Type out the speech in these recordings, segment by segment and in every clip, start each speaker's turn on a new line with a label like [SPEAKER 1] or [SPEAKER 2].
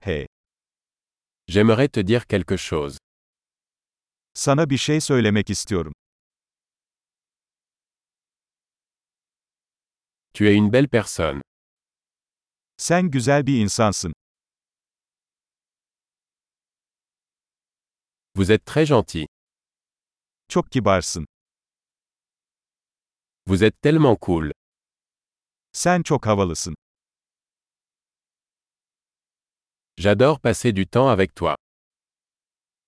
[SPEAKER 1] Hey,
[SPEAKER 2] J'aimerais te dire quelque chose.
[SPEAKER 1] sana bir şey söylemek istiyorum.
[SPEAKER 2] Tu es une belle personne.
[SPEAKER 1] Sen güzel bir insansın.
[SPEAKER 2] Vous êtes très gentil.
[SPEAKER 1] Çok kibarsın.
[SPEAKER 2] Vous êtes tellement cool.
[SPEAKER 1] Sen çok havalısın.
[SPEAKER 2] J'adore passer du temps avec toi.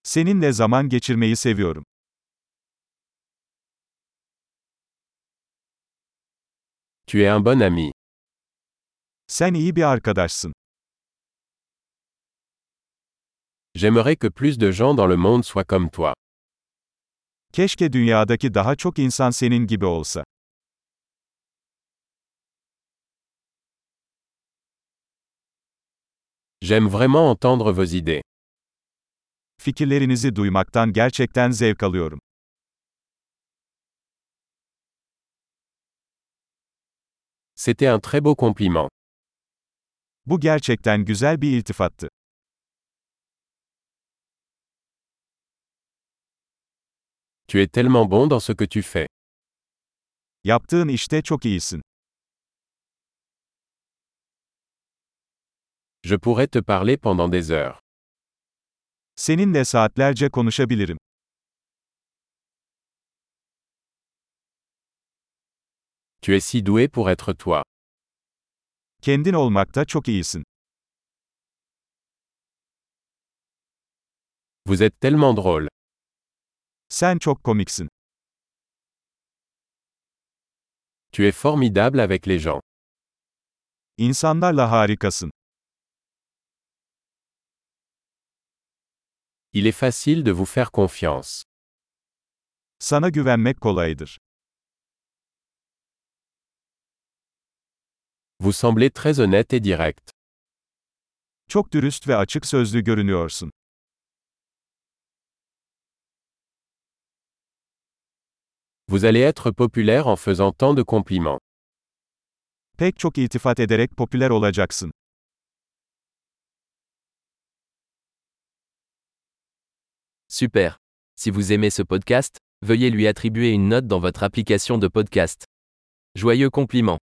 [SPEAKER 1] Seninle zaman geçirmeyi seviyorum.
[SPEAKER 2] Tu es un bon ami.
[SPEAKER 1] Sen iyi bir arkadaşsın.
[SPEAKER 2] J'aimerais que plus de gens dans le monde soient comme toi.
[SPEAKER 1] Keşke dünyadaki daha çok insan senin gibi olsa.
[SPEAKER 2] J'aime vraiment entendre vos idées.
[SPEAKER 1] Fikirlerinizi duymaktan gerçekten zevk alıyorum.
[SPEAKER 2] C'était un très beau compliment.
[SPEAKER 1] Bu gerçekten güzel bir iltifattı.
[SPEAKER 2] Tu es tellement bon dans ce que tu fais.
[SPEAKER 1] Yaptığın işte çok iyisin.
[SPEAKER 2] Je pourrais te parler pendant des heures.
[SPEAKER 1] Seninle saatlerce konuşabilirim.
[SPEAKER 2] Tu es si doué pour être toi.
[SPEAKER 1] Kendin olmakta çok iyisin.
[SPEAKER 2] Vous êtes tellement drôle.
[SPEAKER 1] Sen çok komiksin.
[SPEAKER 2] Tu es formidable avec les gens.
[SPEAKER 1] İnsanlarla harikasın.
[SPEAKER 2] Il est facile de vous faire confiance.
[SPEAKER 1] Sana güvenmek kolaydır.
[SPEAKER 2] Vous semblez très honnête et direct.
[SPEAKER 1] Çok dürüst ve açık sözlü görünüyorsun.
[SPEAKER 2] Vous allez être populaire en faisant tant de compliments.
[SPEAKER 1] Pek çok iltifat ederek popüler olacaksın.
[SPEAKER 3] Super. Si vous aimez ce podcast, veuillez lui attribuer une note dans votre application de podcast. Joyeux compliment.